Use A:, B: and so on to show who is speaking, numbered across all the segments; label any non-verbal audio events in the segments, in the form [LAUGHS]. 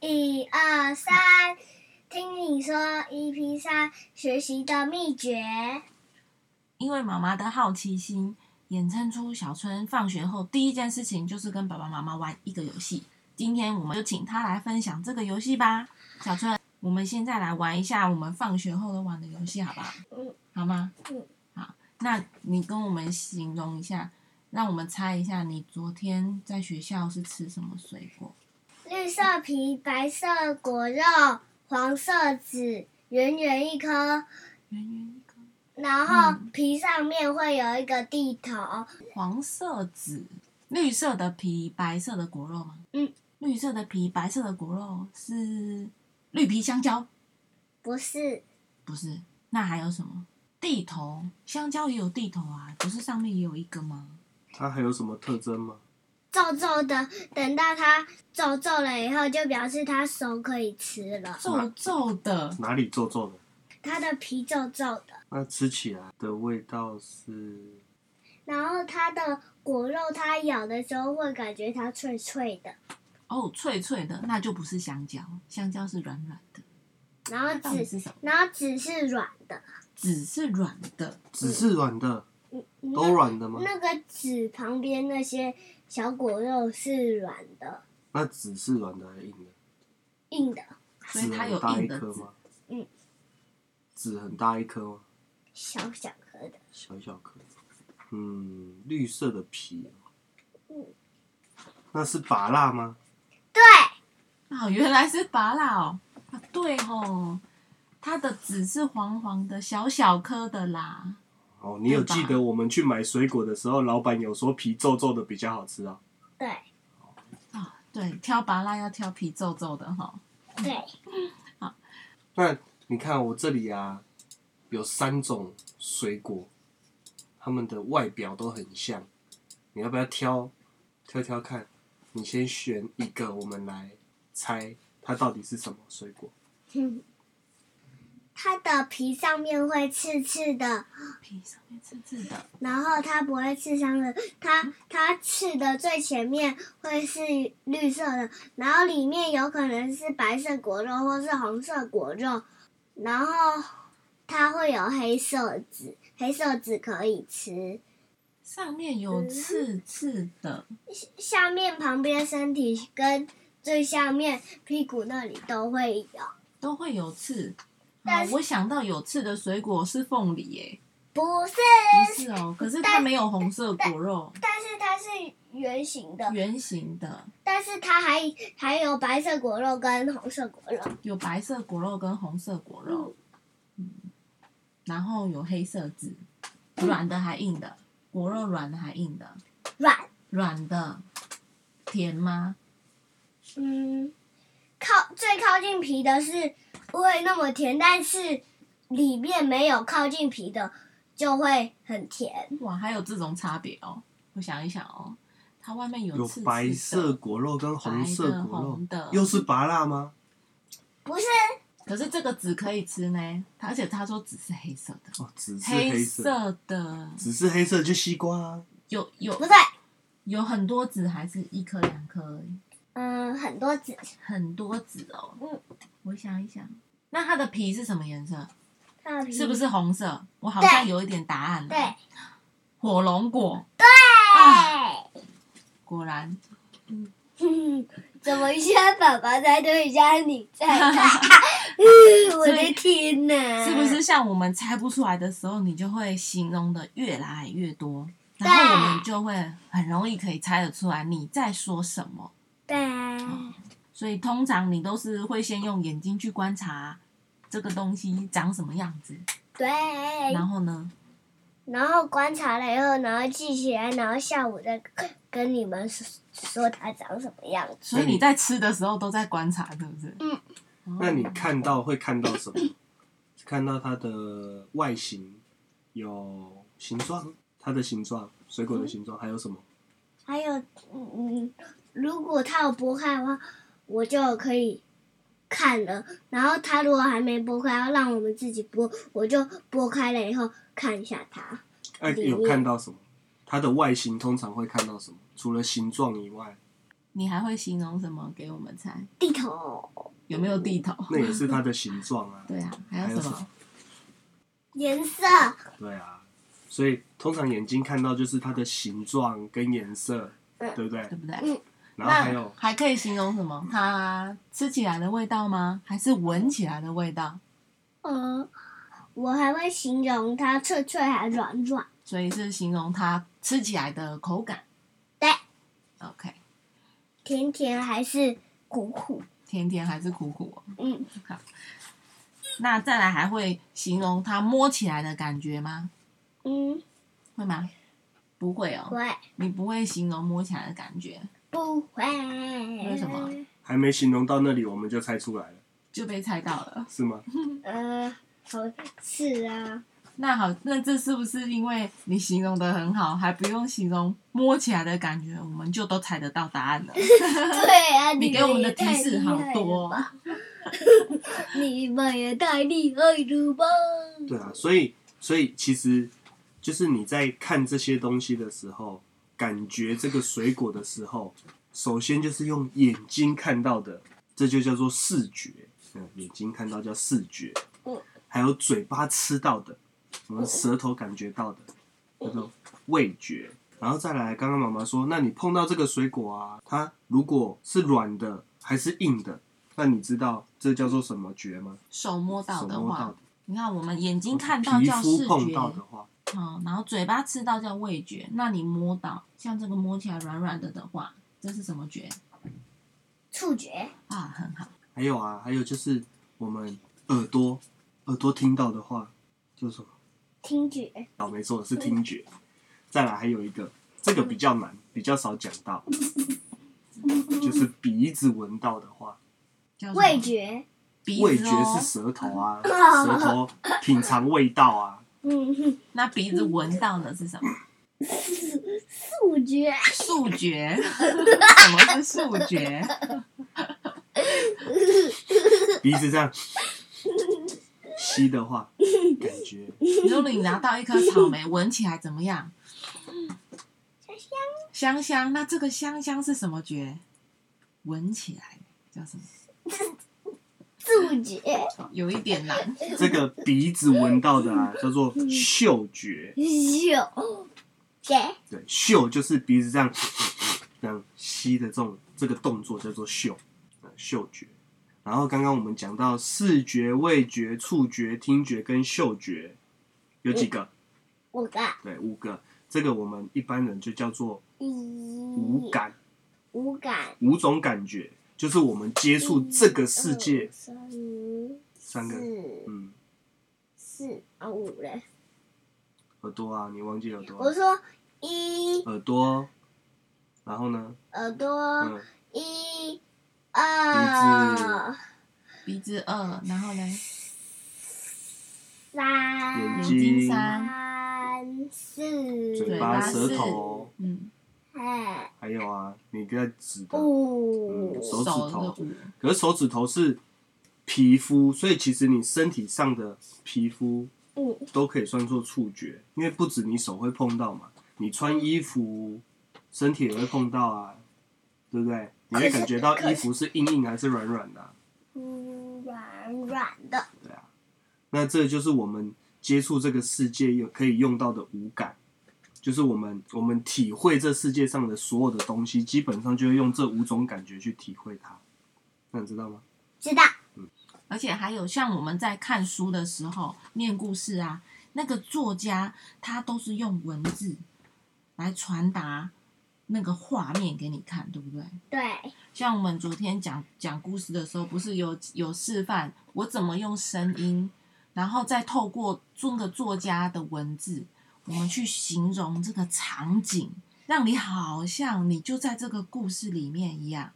A: 一二三，听你说 EP 三学习的秘诀。
B: 因为妈妈的好奇心，衍生出小春放学后第一件事情就是跟爸爸妈妈玩一个游戏。今天我们就请他来分享这个游戏吧。小春，我们现在来玩一下我们放学后都玩的游戏，好不好？
A: 嗯
B: 好吗？
A: 嗯。
B: 好，那你跟我们形容一下，让我们猜一下，你昨天在学校是吃什么水果？
A: 绿色皮，白色果肉，黄色籽，圆圆一颗，
B: 圆圆一颗，
A: 然后
B: 嗯
A: 皮上面会有一个地头。
B: 黄色籽，绿色的皮，白色的果肉吗？
A: 嗯。
B: 绿色的皮，白色的果肉是绿皮香蕉。
A: 不是，
B: 不是，那还有什么？地头，香蕉也有地头啊，不是上面也有一个吗？
C: 它还有什么特征吗？
A: 皱皱的，等到它皱皱了以后，就表示它熟可以吃了。
B: 皱皱的，
C: 哪里皱皱的？
A: 它的皮皱皱的，
C: 那吃起来的味道是
A: 然后它的果肉，它咬的时候会感觉它脆脆的，
B: 哦，脆脆的，那就不是香蕉，香蕉是软软的。
A: 然后
B: 那到底
A: 籽，
B: 是什么？
A: 然后籽是软的，
B: 籽是软的，
C: 只是软的，
A: 那
C: 都软的吗？
A: 那个籽旁边那些小果肉是软的、
C: 那籽是软的还是硬的？
A: 硬的、
B: 所以
C: 籽
B: 它有
C: 很大
B: 硬
C: 一
B: 的
C: 颗
B: 籽。
C: 吗？
A: 嗯，
C: 籽很大一颗吗？
A: 小小颗的。
C: 小小颗。嗯，绿色的皮哦
A: 嗯。
C: 那是拔蜡吗？
A: 对，
B: 哦，原来是拔蜡哦。啊，对哦，它的籽是黄黄的，小小颗的啦。
C: 哦，你有
B: 对吧
C: 记得我们去买水果的时候，老板有说皮皱皱的比较好吃啊？
A: 对，
B: 啊、对，挑拔蜡要挑皮皱皱的哈、
A: 对，
C: 那你看我这里啊，有三种水果，它们的外表都很像。你要不要挑挑挑看？你先选一个，我们来猜它到底是什么水果。
A: 哼 [LAUGHS] 它的皮上面会刺刺的，
B: 皮上面刺刺的，
A: 然后它不会刺伤人，它它刺的最前面会是绿色的，然后里面有可能是白色果肉或是红色果肉，然后它会有黑色籽，黑色籽可以吃。
B: 上面有刺刺的。
A: 下面旁边身体跟最下面屁股那里都会有，
B: 都会有刺。啊
A: 但，是
B: 我想到有刺的水果是凤梨耶、
A: 不是，
B: 不是哦，可是它没有红色果肉，
A: 但是它是圆形的，
B: 圆形的，
A: 但是它还还有白色果肉跟红色果肉，
B: 有白色果肉跟红色果肉，嗯，然后有黑色籽，软的还硬的，果肉软的还硬的，
A: 软，
B: 软的甜吗？
A: 嗯，靠最靠近皮的是不会那么甜，但是里面没有靠近皮的就会很甜，
B: 哇，还有这种差别哦！我想一想哦，它外面
C: 有
B: 刺刺
C: 白
B: 的
C: 色果肉跟红
B: 白
C: 色
B: 的
C: 果肉
B: 红，的，
C: 又是拔蜡吗？
A: 不是
B: 可是这个籽可以吃呢，它而且他说籽是黑色的，
C: 哦，只是
B: 黑
C: 黑色，
B: 色的，
C: 只是黑色就西瓜啊。
B: 有有
A: 不对，
B: 有很多籽，还是一颗两颗而已？
A: 嗯，很多籽，
B: 很多籽哦。
A: 嗯，
B: 我想一想，那它的皮是什么颜色？
A: 它的皮
B: 是不？是红色？我好
A: 对
B: 像有一点答案了。
A: 对，哎、
B: 火龙果。啊，果然。
A: 嗯， [LAUGHS] 怎么现在爸爸在对，现在你
B: [LAUGHS]
A: 在看？我的天哪！
B: 是不是像我们猜不出来的时候，你就会形容的越来越多，然后我们就会很容易可以猜得出来你在说什么。
A: 对，
B: 哦所以通常你都是会先用眼睛去观察这个东西长什么样子，
A: 对，哎
B: 然后呢，
A: 然后观察了以后，然后记起来，然后下午再跟你们说说它长什么样子。
B: 所以你在吃的时候都在观察，是不是？
A: 嗯
B: 哦。
C: 那你看到会看到什么？ [CLEARS THROAT] 是看到它的外形，有形状，它的形状，水果的形状，还有什么？
A: 还有，嗯，如果它有剥开的话，我就可以看了。然后它如果还没剥开，要让我们自己剥，我就剥开了以后看一下它。
C: 哎、
A: 里面
C: 有看到什么？它的外形通常会看到什么？除了形状以外，
B: 你还会形容什么给我们猜？
A: 地头
B: 有没有地头？
C: 那也是它的形状啊。
B: 对啊，还
C: 还
B: 有
C: 有
B: 什
C: 什
B: 么？
A: 颜色，
C: 对啊，所以通常眼睛看到就是它的形状跟颜色，
A: 嗯
C: 对不对？
B: 对不对？
A: 嗯
C: 然后还有
B: 那还可以形容什么？它吃起来的味道吗？还是闻起来的味道？
A: 呃，我还会形容它脆脆还软软。
B: 所以是形容它吃起来的口感。
A: 对
B: ，OK，
A: 甜甜还是苦苦？
B: 甜甜还是苦苦、哦？
A: 嗯，
B: 那再来还会形容它摸起来的感觉吗？
A: 嗯，
B: 会吗？不会哦，
A: 会
B: 你不会形容摸起来的感觉，
A: 不会？
B: 为什么？啊
C: 还没形容到那里，我们就猜出来了，
B: 就被猜到了。
C: 是吗？
A: 呃，好是
B: [LAUGHS]
A: 啊，
B: 那好，那这是不是因为你形容的很好，还不用形容摸起来的感觉，我们就都猜得到答案
A: [LAUGHS]
B: 了？
A: 对啊，
B: 你给我们的提示好
A: 们也太厉害了
B: 多哦、
A: 吧你们也太厉害了吧？
C: 对啊，所以所以其实就是你在看这些东西的时候，感觉这个水果的时候，首先就是用眼睛看到的，这就叫做视觉。嗯，眼睛看到叫视觉
A: 嗯，
C: 还有嘴巴吃到的，我们舌头感觉到的，叫做味觉。然后再来，刚刚妈妈说，那你碰到这个水果啊，它如果是软的还是硬的，那你知道这叫做什么觉吗？
B: 手摸到
C: 手
B: 的
C: 摸
B: 话，
C: 到的。
B: 你看我们眼睛看到
C: 皮
B: 叫视
C: 肤碰
B: 觉，
C: 到的话，
B: 嗯，然后嘴巴吃到叫味觉，那你摸到像这个摸起来软软的的话，这是什么觉
A: 触觉，
B: 啊？很好，
C: 还有啊，还有就是我们耳朵耳朵听到的话，就是什么？
A: 听觉，
C: 哦，没错，是听觉。再来还有一个，这个比较难，比较少讲到，就是鼻子闻到的话，
B: 叫什么
A: 味觉，
B: 鼻
C: 味
B: 子
C: 觉
B: 哦
C: 是，舌头啊，
B: [LAUGHS]
C: 舌头品尝味道啊，
A: 嗯，哼，
B: 那鼻子闻到的是什
A: [LAUGHS]
B: 么？
A: 触觉，
B: 嗅觉，什么是嗅觉？
C: 鼻子这样吸的话，感觉
B: 如果你拿到一颗草莓，闻起来怎么样？香香香，那这个香香是什么觉？闻起来叫什么？
A: 触觉，
B: 有一点难，
C: 这个鼻子闻到的啊，叫做嗅觉。
A: 嗅觉，
C: 对，嗅就是鼻子这样这样吸的这种这个动作叫做嗅，呃嗅觉。然后刚刚我们讲到视觉、味觉、触觉、听觉跟嗅觉，有几个？
A: 五感，
C: 对，五个。这个我们一般人就叫做五
A: 五，
C: 感，
A: 五感，
C: 五种感觉，就是我们接触这个世界
A: 一二三
C: 三个，
A: 四
C: 嗯，
A: 四啊五嘞。
C: 耳朵啊，你忘记耳朵
A: 我
C: 啊，
A: 说一
C: 耳朵，然后呢，
A: 耳朵
C: 嗯，
A: 一二
B: 鼻子二，然后呢？
A: 三
C: 眼
B: 睛
C: 睛、
B: 三
A: 三四
C: 嘴
B: 嘴
C: 巴、
B: 巴
C: 舌
B: 是
C: 头，
B: 嗯，
A: 哎
C: 还有啊，你在指的。
A: 五
C: 嗯手指
B: 手
C: 头
B: 是五，
C: 可是手指头是皮肤，所以其实你身体上的皮肤
A: 嗯
C: 都可以算作触觉，因为不止你手会碰到嘛，你穿衣服，身体也会碰到啊，对不对？你会感觉到衣服是硬硬还是软软的啊、
A: 嗯软软的
C: 对啊。那这就是我们接触这个世界有可以用到的五感，就是我们我们体会这世界上的所有的东西，基本上就会用这五种感觉去体会它。那你知道吗？
A: 知道
B: 而且还有像我们在看书的时候念故事啊，那个作家他都是用文字来传达那个画面给你看，对不对？
A: 对
B: 像我们昨天讲讲故事的时候，不是有有示范我怎么用声音，然后再透过这个作家的文字，我们去形容这个场景，让你好像你就在这个故事里面一样。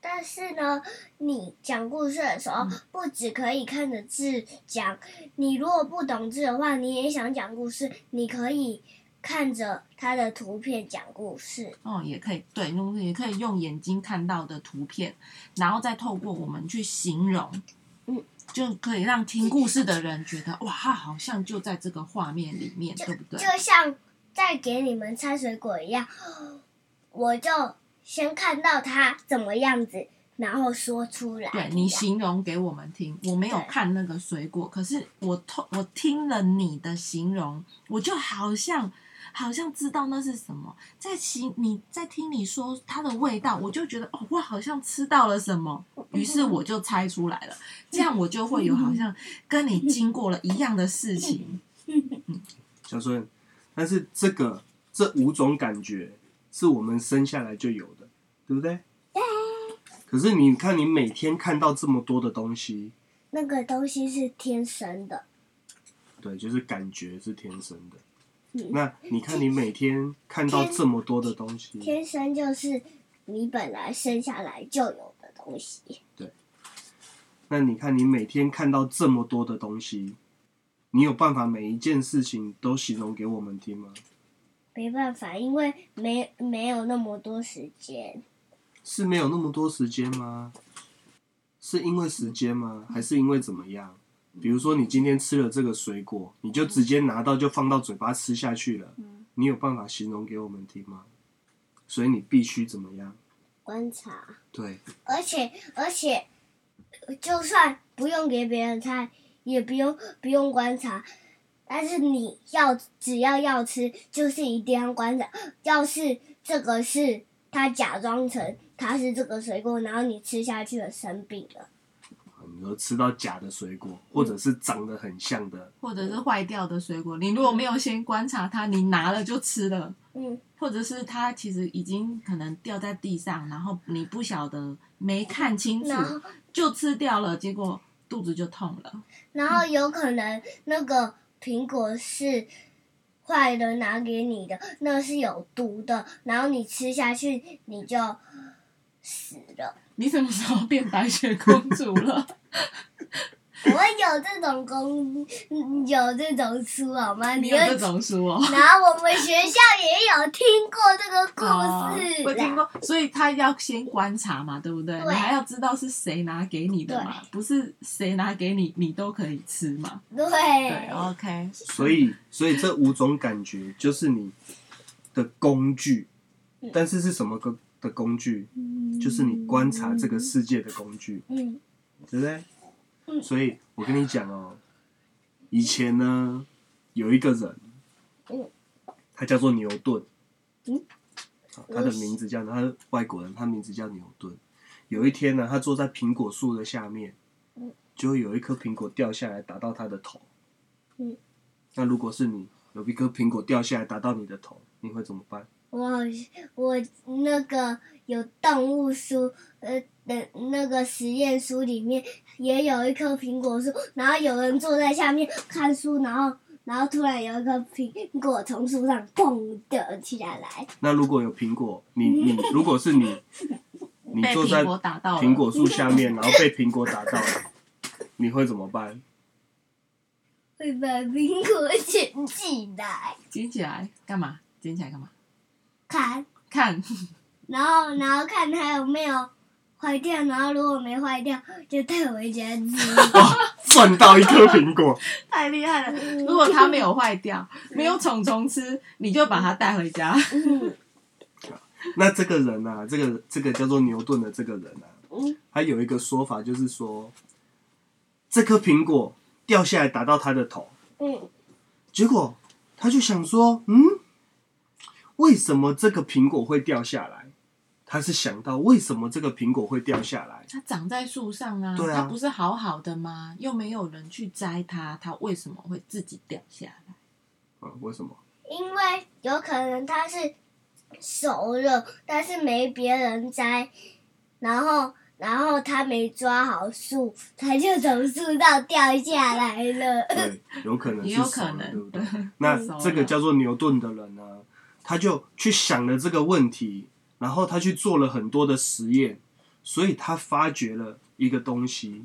A: 但是呢，你讲故事的时候，
B: 嗯
A: 不只可以看着字讲，你如果不懂字的话，你也想讲故事，你可以看着它的图片讲故事。
B: 哦，也可以，对，用也可以用眼睛看到的图片，然后再透过我们去形容，
A: 嗯，
B: 就可以让听故事的人觉得哇，他好像就在这个画面里面，对不对？
A: 就像在给你们猜水果一样，我就先看到它怎么样子，然后说出来。
B: 对你形容给我们听，我没有
A: 啊对
B: 看那个水果，可是我透我听了你的形容，我就好像好像知道那是什么，在形你在听你说它的味道，我就觉得哦，我好像吃到了什么，于是我就猜出来了，这样我就会有好像跟你经过了一样的事情，
C: 小孙，但是这个这五种感觉是我们生下来就有的，对不对？可是你看，你每天看到这么多的东西，
A: 那个东西是天生的，
C: 对，就是感觉是天生的。
A: 嗯
C: 那你看，你每天看到这么多的东西，
A: 天生就是你本来生下来就有的东西。
C: 那你看，你每天看到这么多的东西，你有办法每一件事情都形容给我们听吗？
A: 没办法，因为没没有那么多时间，
C: 是没有那么多时间吗？是因为时间吗？还是因为怎么样？比如说，你今天吃了这个水果，你就直接拿到就放到嘴巴吃下去了，你有办法形容给我们听吗？所以你必须怎么样？
A: 观察，
C: 对，
A: 而且而且，就算不用给别人猜，也不用不用观察，但是你要只要要吃，就是一定要观察。要是这个是他假装成他是这个水果，然后你吃下去了生病了，
C: 你说吃到假的水果，或者是长得很像的，
B: 或者是坏掉的水果，你如果没有先观察它，你拿了就吃了。
A: 嗯，
B: 或者是它其实已经可能掉在地上，然后你不晓得没看清楚
A: 然后
B: 就吃掉了，结果肚子就痛了。
A: 然后有可能那个苹果是坏的拿给你的，那是有毒的，然后你吃下去你就死了。
B: 你什么时候变白雪公主
A: [LAUGHS]
B: 了？
A: 我有这种公，嗯有这种书好吗？
B: 你有
A: 又
B: 这种书哦？
A: 然后我们学校也有听过这个故
B: 哦
A: 事
B: 我
A: 啦
B: 听过，所以他要先观察嘛，对不对？
A: 对
B: 你还要知道是谁拿给你的嘛，不是谁拿给你，你都可以吃嘛。对哦
A: 对，
B: ，OK，
C: 所以所以这五种感觉就是你的工具，但是是什么个的工具？就是你观察这个世界的工具。
A: 嗯，
C: 对不对？
A: 嗯
C: 所以我跟你讲哦，以前呢有一个人，
A: 嗯
C: 他叫做牛顿，
A: 嗯
C: 好他的名字叫他是外国人，他名字叫牛顿。有一天呢，他坐在苹果树的下面
A: 嗯，
C: 就有一颗苹果掉下来打到他的头。
A: 嗯，
C: 那如果是你有一颗苹果掉下来打到你的头，你会怎么办？
A: 我好像我那个有动物书，呃，的那个实验书里面也有一棵苹果树，然后有人坐在下面看书，然后然后突然有一颗苹果从树上砰掉起来来，
C: 那如果有苹果，你
A: [LAUGHS]
C: 你如果是你，你
B: 被
C: 坐在
B: 苹果打到了，
C: 苹果树下面，然后被苹果打到了，你会怎么办？
A: 会把苹果捡起来
B: 捡起来干嘛？捡起来干嘛？
A: 看，
B: 看，
A: 然后然后看它有没有坏掉，然后如果没坏掉就带回家吃。 [LAUGHS]
C: 赚到一颗苹果，
B: 太厉害了！如果它没有坏掉，没有虫虫吃，你就把它带回家。
A: 嗯
C: 那这个人啊，这个这个叫做牛顿的这个人啊，
A: 嗯
C: 他有一个说法，就是说，这颗苹果掉下来打到他的头，
A: 嗯，
C: 结果他就想说，嗯，为什么这个苹果会掉下来？他是想到为什么这个苹果会掉下来，
B: [LAUGHS] 它长在树上啊，
C: 对啊
B: 它不是好好的吗？又没有人去摘它，它为什么会自己掉下来？
C: 啊、为什么？
A: 因为有可能它是熟了，但是没别人摘，然后然后它没抓好树，它就从树上掉下来了。
B: [LAUGHS]
C: 对，有可能
B: 也
C: 是
B: 有
C: 熟
B: 可
C: 了，
B: 能
C: 对不对？
B: [LAUGHS]
C: 那
B: 熟
C: 这个
B: 了
C: 叫做牛顿的人呢，他就去想了这个问题，然后他去做了很多的实验，所以他发掘了一个东西，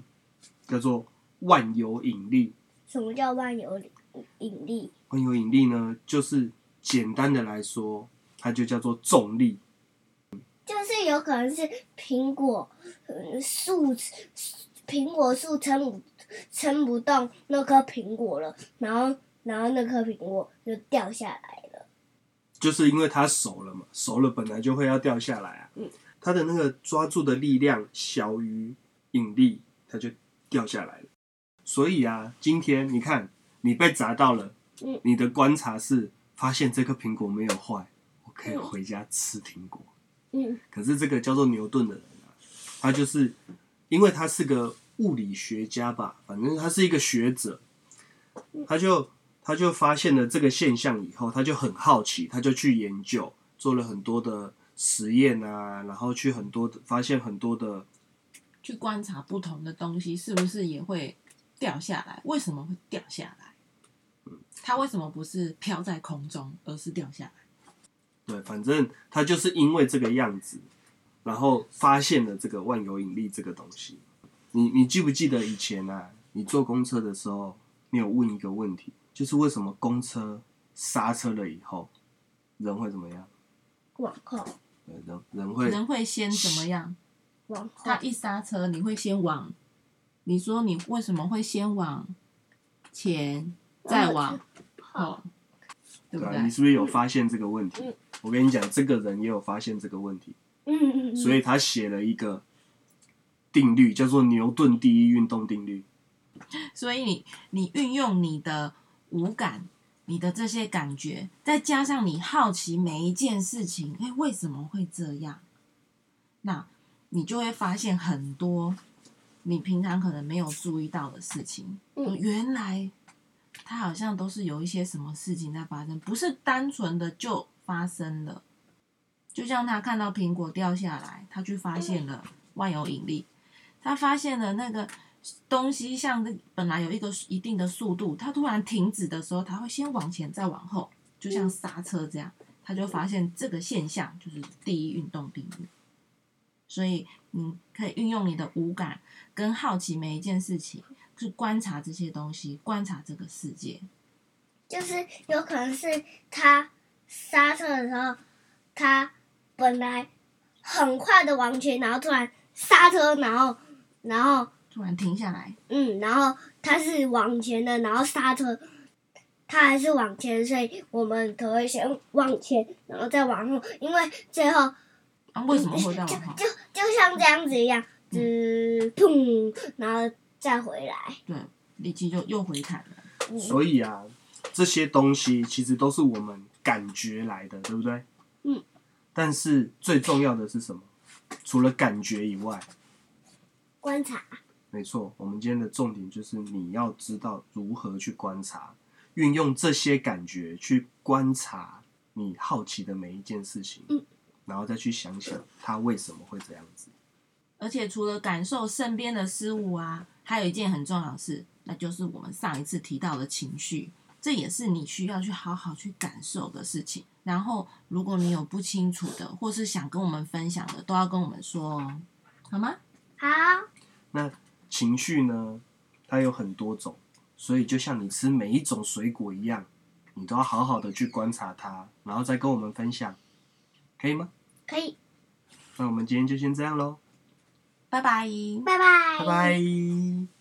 C: 叫做万有引力。
A: 什么叫万有引引力？
C: 万有引力呢，就是简单的来说，它就叫做重力。
A: 就是有可能是苹果嗯树苹果树撑不撑不动那颗苹果了，然后然后那颗苹果就掉下来了。
C: 就是因为它熟了嘛，熟了本来就会要掉下来啊。
A: 嗯
C: 它的那个抓住的力量小于引力，它就掉下来了。所以啊，今天你看你被砸到了，
A: 嗯
C: 你的观察是发现这颗苹果没有坏，我可以
A: 嗯
C: 回家吃苹果。
A: 嗯
C: 可是这个叫做牛顿的人啊，他就是因为他是个物理学家吧，反正他是一个学者，他就他就发现了这个现象以后，他就很好奇，他就去研究，做了很多的实验啊，然后去很多的发现很多的
B: 去观察不同的东西是不是也会掉下来？为什么会掉下来？
C: 嗯
B: 它为什么不是飘在空中，而是掉下来？
C: 对，反正他就是因为这个样子，然后发现了这个万有引力这个东西。你你记不记得以前啊，你坐公车的时候，你有问一个问题，就是为什么公车刹车了以后，人会怎么样？
A: 往后
C: 对啊人人会
B: 人会先怎么样？
A: 往后
B: 它一刹车，你会先往，你说你为什么会先往前，再往后，对不
C: 啊？你
B: 对？
C: 是不是有发现这个问题
A: 嗯？
C: 我跟你讲，这个人也有发现这个问题，
A: 嗯嗯嗯，
C: 所以他写了一个定律，叫做牛顿第一运动定律。
B: 所以你你运用你的五感，你的这些感觉，再加上你好奇每一件事情，哎，为什么会这样？那你就会发现很多你平常可能没有注意到的事情。
A: 嗯
B: 哦原来它好像都是有一些什么事情在发生，不是单纯的就发生了。就像他看到苹果掉下来，他去发现了万有引力，他发现了那个东西像那本来有一个一定的速度，它突然停止的时候，它会先往前再往后，就像刹车这样，他就发现这个现象就是第一运动定律。所以你可以运用你的五感跟好奇每一件事情，去观察这些东西，观察这个世界。
A: 就是有可能是他刹车的时候，他本来很快的往前，然后突然刹车，然后然后
B: 突然停下来，
A: 嗯，然后他是往前的，然后刹车，他还是往前，所以我们可能先往前，然后再往后，因为最后嗯
B: 啊，为什么会到
A: 就
B: 往后？
A: 就就像这样子一样，嗯，砰，然后再回来，
B: 对，立即就又回弹了。
A: 嗯
C: 所以啊，这些东西其实都是我们感觉来的，对不对？
A: 嗯。
C: 但是最重要的是什么？除了感觉以外，
A: 观察，
C: 没错，我们今天的重点就是你要知道如何去观察，运用这些感觉去观察你好奇的每一件事情，
A: 嗯
C: 然后再去想想它为什么会这样子。
B: 而且除了感受身边的事物啊，还有一件很重要的事，那就是我们上一次提到的情绪，这也是你需要去好好去感受的事情。然后，如果你有不清楚的，或是想跟我们分享的，都要跟我们说哦，好吗？
A: 好，
C: 那情绪呢，它有很多种，所以就像你吃每一种水果一样，你都要好好的去观察它，然后再跟我们分享，可以吗？
A: 可以，
C: 那我们今天就先这样喽，
B: 拜拜。
A: 拜
C: 拜拜。